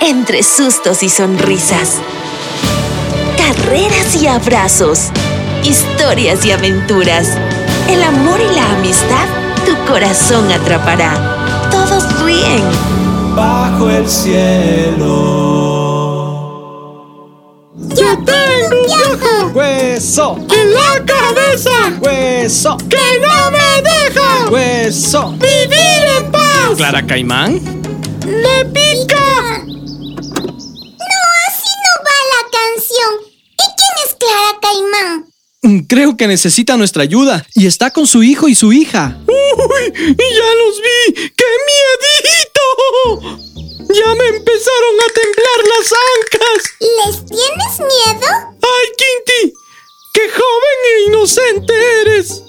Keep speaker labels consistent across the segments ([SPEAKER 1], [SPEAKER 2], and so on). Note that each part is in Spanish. [SPEAKER 1] entre sustos y sonrisas, carreras y abrazos, historias y aventuras. El amor y la amistad tu corazón atrapará. Todos ríen.
[SPEAKER 2] Bajo el cielo.
[SPEAKER 3] ¡Yo tengo un viejo!
[SPEAKER 2] Hueso,
[SPEAKER 3] ¡En la cabeza!
[SPEAKER 2] hueso,
[SPEAKER 3] ¡Que no me deja!
[SPEAKER 2] hueso.
[SPEAKER 3] ¡Vivir en paz!
[SPEAKER 4] Clara Caimán.
[SPEAKER 3] ¡Me pica! No, así no va la canción. ¿Y quién es Clara Caimán?
[SPEAKER 4] Mm, Creo que necesita nuestra ayuda y está con su hijo y su hija. ¡Uy! ¡Ya los vi! ¡Qué miedito! ¡Ya me empezaron a temblar las ancas!
[SPEAKER 3] ¿Les tienes miedo?
[SPEAKER 4] ¡Ay, Quinti! ¡Qué joven e inocente eres!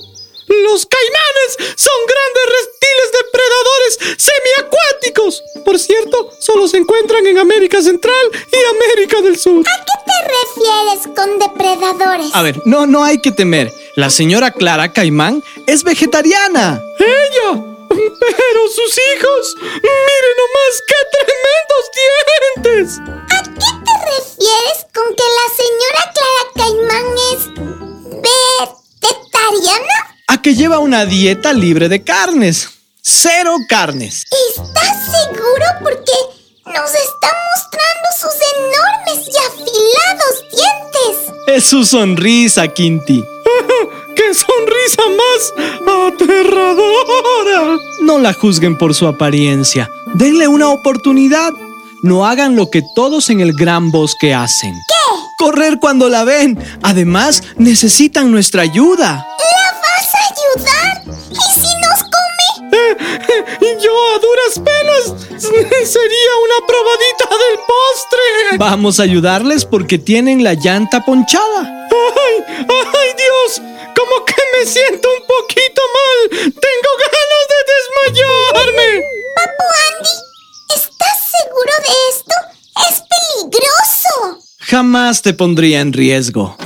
[SPEAKER 4] Los caimanes son grandes reptiles depredadores semiacuáticos. Por cierto, solo se encuentran en América Central y América del Sur.
[SPEAKER 3] ¿A qué te refieres con depredadores?
[SPEAKER 4] A ver, no, no hay que temer. La señora Clara Caimán es vegetariana. ¡Ella! Pero sus hijos, miren nomás qué tremendos dientes.
[SPEAKER 3] ¿A qué te refieres con que la señora Clara Caimán es vegetariana?
[SPEAKER 4] A que lleva una dieta libre de carnes. Cero carnes.
[SPEAKER 3] ¿Estás seguro? Porque nos está mostrando sus enormes y afilados dientes.
[SPEAKER 4] Es su sonrisa, Quinti. ¡Qué sonrisa más aterradora! No la juzguen por su apariencia. Denle una oportunidad. No hagan lo que todos en el gran bosque hacen. ¿Qué? Correr cuando la ven. Además, necesitan nuestra ayuda.
[SPEAKER 3] ¿La vas a ayudar? ¿Y si nos come?
[SPEAKER 4] Eh, Yo a duras penas sería una probadita del postre. Vamos a ayudarles porque tienen la llanta ponchada. ¡Ay! ¡Ay, Dios! Como que me siento un poquito mal. Tengo ganas de desmayarme.
[SPEAKER 3] Papu Andy, ¿estás seguro de esto? ¡Es peligroso!
[SPEAKER 4] Jamás te pondría en riesgo.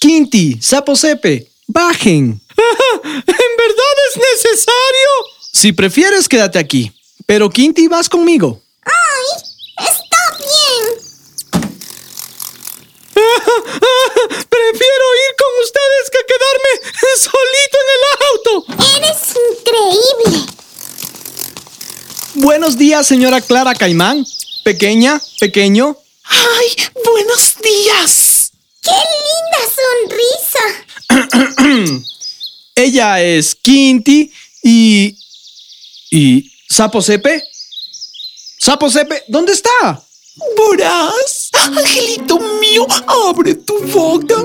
[SPEAKER 4] Quinti, Sapo Sepe, bajen. ¿En verdad es necesario? Si prefieres, quédate aquí. Pero Quinti, vas conmigo.
[SPEAKER 3] ¡Ay! ¡Está bien!
[SPEAKER 4] Prefiero ir con ustedes que quedarme solito en el auto.
[SPEAKER 3] ¡Eres increíble!
[SPEAKER 4] Buenos días, señora Clara Caimán. Pequeña, pequeño.
[SPEAKER 5] ¡Ay, buenos días!
[SPEAKER 3] ¡Qué linda sonrisa!
[SPEAKER 4] Ella es Quinti y... ¿Y Sapo Sepe? Sapo Sepe, ¿dónde está?
[SPEAKER 5] ¿Borás? Angelito mío, abre tu boca.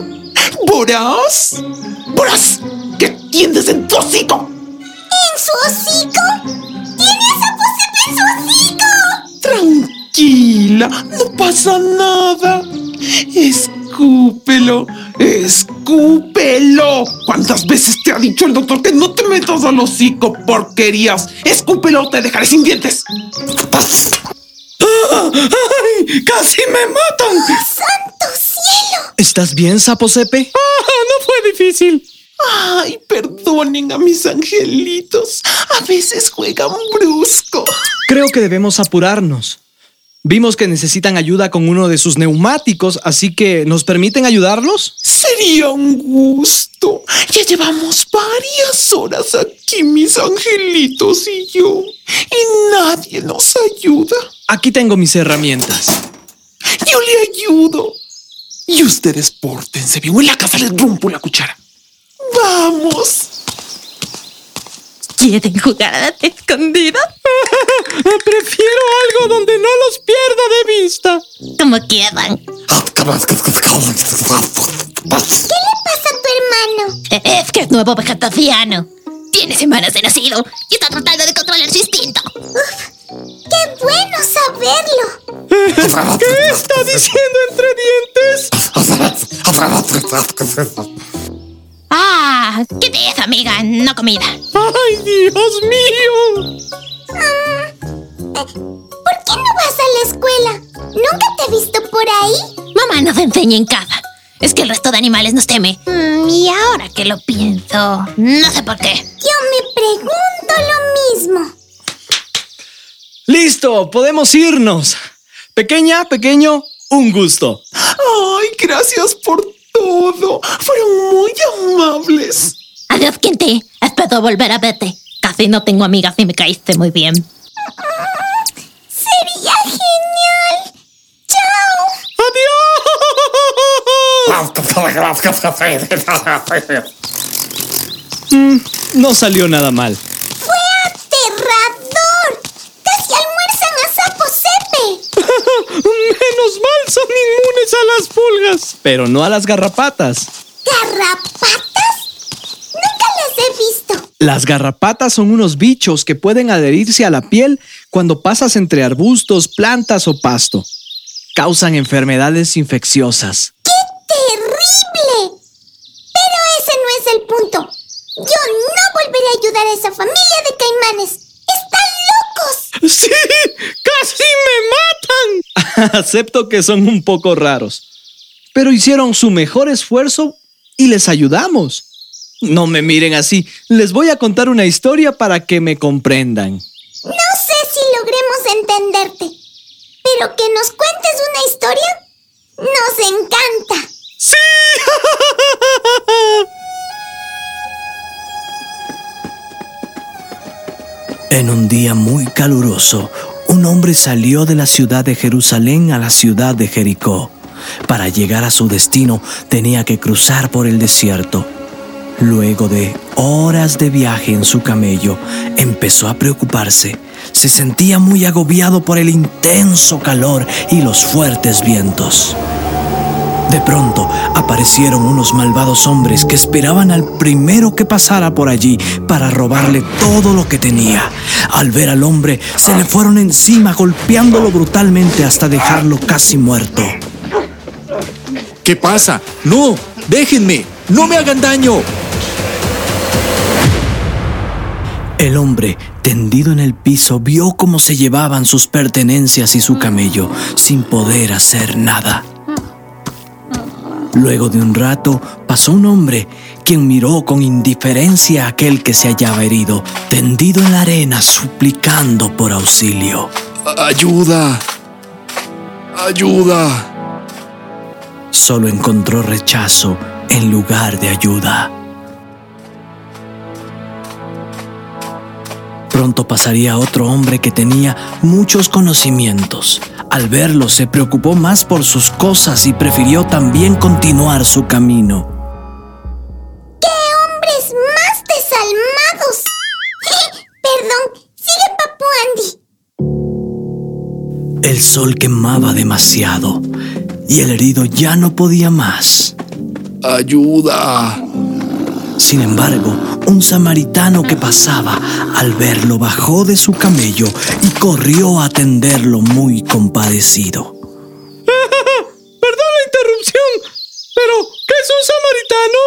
[SPEAKER 5] ¿Borás? ¡Borás! ¿Qué tiendes en tu hocico?
[SPEAKER 3] ¿En su hocico? ¡Tiene a Sapo Sepe en su hocico!
[SPEAKER 5] Tranquila, no pasa nada. Escúpelo, escúpelo. ¿Cuántas veces te ha dicho el doctor que no te metas al hocico, porquerías? Escúpelo, o te dejaré sin dientes.
[SPEAKER 4] ¡Ah! ¡Ay! ¡Casi me matan!
[SPEAKER 3] ¡Santo cielo!
[SPEAKER 4] ¿Estás bien, Sapo Sepe? Ah, no fue difícil.
[SPEAKER 5] Ay, perdonen a mis angelitos. A veces juegan brusco.
[SPEAKER 4] Creo que debemos apurarnos. Vimos que necesitan ayuda con uno de sus neumáticos, así que ¿nos permiten ayudarlos?
[SPEAKER 5] Sería un gusto. Ya llevamos varias horas aquí, mis angelitos y yo. Y nadie nos ayuda.
[SPEAKER 4] Aquí tengo mis herramientas.
[SPEAKER 5] Yo le ayudo. Y ustedes pórtense bien. o En la casa les rompo la cuchara. Vamos.
[SPEAKER 1] ¿Quieren jugar a la escondida?
[SPEAKER 4] Ah, Prefiero algo donde no los pierda de vista.
[SPEAKER 1] Como quieran.
[SPEAKER 3] ¿Qué le pasa a tu hermano?
[SPEAKER 1] Es que es nuevo vegetariano. Tiene semanas de nacido y está tratando de controlar su instinto.
[SPEAKER 3] ¡Qué bueno saberlo!
[SPEAKER 4] ¿Qué está diciendo entre dientes?
[SPEAKER 1] ¡Ah! ¿Qué te es, amiga? No comida.
[SPEAKER 4] ¡Ay, Dios mío!
[SPEAKER 3] Ah, eh, ¿Por qué no vas a la escuela? ¿Nunca te he visto por ahí?
[SPEAKER 1] Mamá nos enseña en casa. Es que el resto de animales nos teme. Mm, y ahora que lo pienso, no sé por qué.
[SPEAKER 3] Yo me pregunto lo mismo.
[SPEAKER 4] ¡Listo! Listo, podemos irnos. Pequeña, pequeño, un gusto.
[SPEAKER 5] Ay, gracias por todo. Fueron muy amables.
[SPEAKER 6] Adiós, Quinti. Espero volver a verte. Casi no tengo amigas y me caíste muy bien.
[SPEAKER 3] ¡Sería genial! ¡Chao!
[SPEAKER 4] No salió nada mal.
[SPEAKER 3] ¡Fue aterrador! ¡Casi almuerzan a sapo sepe!
[SPEAKER 4] Menos mal son inmunes a las pulgas, pero no a las garrapatas.
[SPEAKER 3] ¿Garrapatas? Nunca las he visto.
[SPEAKER 4] Las garrapatas son unos bichos que pueden adherirse a la piel cuando pasas entre arbustos, plantas o pasto. Causan enfermedades infecciosas.
[SPEAKER 3] ¡Terrible! Pero ese no es el punto. Yo no volveré a ayudar a esa familia de caimanes. ¡Están locos!
[SPEAKER 4] ¡Sí! ¡Casi me matan! Acepto que son un poco raros, pero hicieron su mejor esfuerzo y les ayudamos. No me miren así, les voy a contar una historia para que me comprendan.
[SPEAKER 3] No sé si logremos entenderte, pero que nos cuentes una historia nos encanta.
[SPEAKER 4] ¡Sí! En un día muy caluroso, un hombre salió de la ciudad de Jerusalén a la ciudad de Jericó. Para llegar a su destino tenía que cruzar por el desierto. Luego de horas de viaje en su camello, empezó a preocuparse. Se sentía muy agobiado por el intenso calor y los fuertes vientos. De pronto aparecieron unos malvados hombres que esperaban al primero que pasara por allí para robarle todo lo que tenía. Al ver al hombre, se le fueron encima golpeándolo brutalmente hasta dejarlo casi muerto.
[SPEAKER 7] ¿Qué pasa? No, déjenme, no me hagan daño.
[SPEAKER 4] El hombre, tendido en el piso, vio cómo se llevaban sus pertenencias y su camello sin poder hacer nada. Luego de un rato pasó un hombre, quien miró con indiferencia a aquel que se hallaba herido, tendido en la arena suplicando por auxilio.
[SPEAKER 7] Ayuda. Ayuda.
[SPEAKER 4] Solo encontró rechazo en lugar de ayuda. Pronto pasaría otro hombre que tenía muchos conocimientos. Al verlo se preocupó más por sus cosas y prefirió también continuar su camino.
[SPEAKER 3] ¡Qué hombres más desalmados! Perdón, sigue Papu Andy.
[SPEAKER 4] El sol quemaba demasiado y el herido ya no podía más.
[SPEAKER 7] Ayuda.
[SPEAKER 4] Sin embargo, un samaritano que pasaba al verlo bajó de su camello y corrió a atenderlo muy compadecido. Perdón la interrupción, pero ¿qué es un samaritano?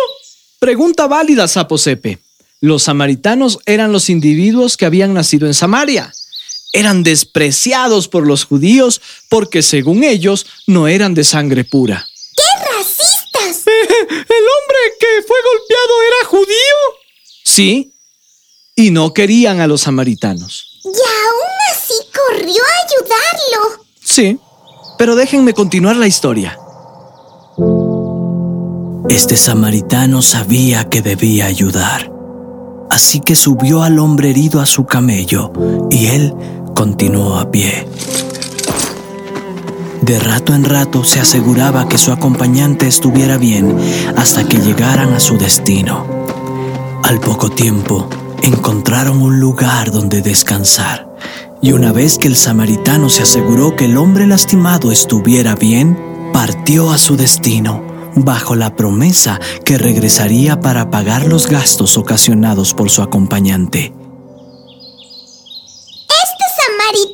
[SPEAKER 4] Pregunta válida, Saposepe. Los samaritanos eran los individuos que habían nacido en Samaria. Eran despreciados por los judíos porque, según ellos, no eran de sangre pura.
[SPEAKER 3] ¡Qué racistas!
[SPEAKER 4] ¿El hombre que fue golpeado era judío? Sí, y no querían a los samaritanos.
[SPEAKER 3] Y aún así corrió a ayudarlo.
[SPEAKER 4] Sí, pero déjenme continuar la historia. Este samaritano sabía que debía ayudar, así que subió al hombre herido a su camello y él continuó a pie. De rato en rato se aseguraba que su acompañante estuviera bien hasta que llegaran a su destino. Al poco tiempo, encontraron un lugar donde descansar. Y una vez que el samaritano se aseguró que el hombre lastimado estuviera bien, partió a su destino, bajo la promesa que regresaría para pagar los gastos ocasionados por su acompañante.
[SPEAKER 3] Este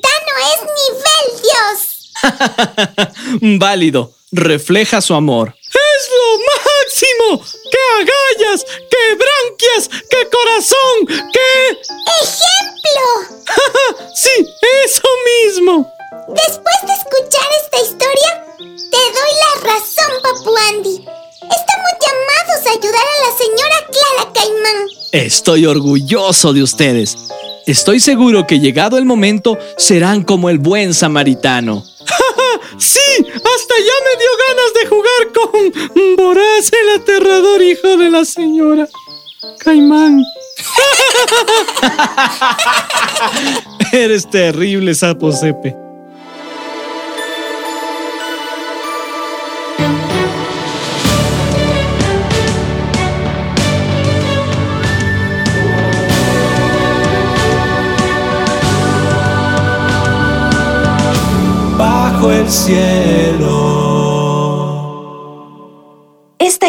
[SPEAKER 3] samaritano es nivel Dios.
[SPEAKER 4] Válido, refleja su amor. ¡Es lo máximo! ¡Qué agallas! ¡Qué branquias! ¡Qué corazón! ¡Qué...
[SPEAKER 3] ¡Ejemplo!
[SPEAKER 4] Sí, eso mismo.
[SPEAKER 3] Después de escuchar esta historia, te doy la razón, Papu Andy. Estamos llamados a ayudar a la señora Clara Caimán.
[SPEAKER 4] Estoy orgulloso de ustedes. Estoy seguro que llegado el momento serán como el buen samaritano. ¡Sí! ¡Hasta ya me dio ganas de jugar con Borás, el aterrador hijo de la señora Caimán! Eres terrible, sapo Sepe.
[SPEAKER 2] bajo el cielo,
[SPEAKER 1] Esta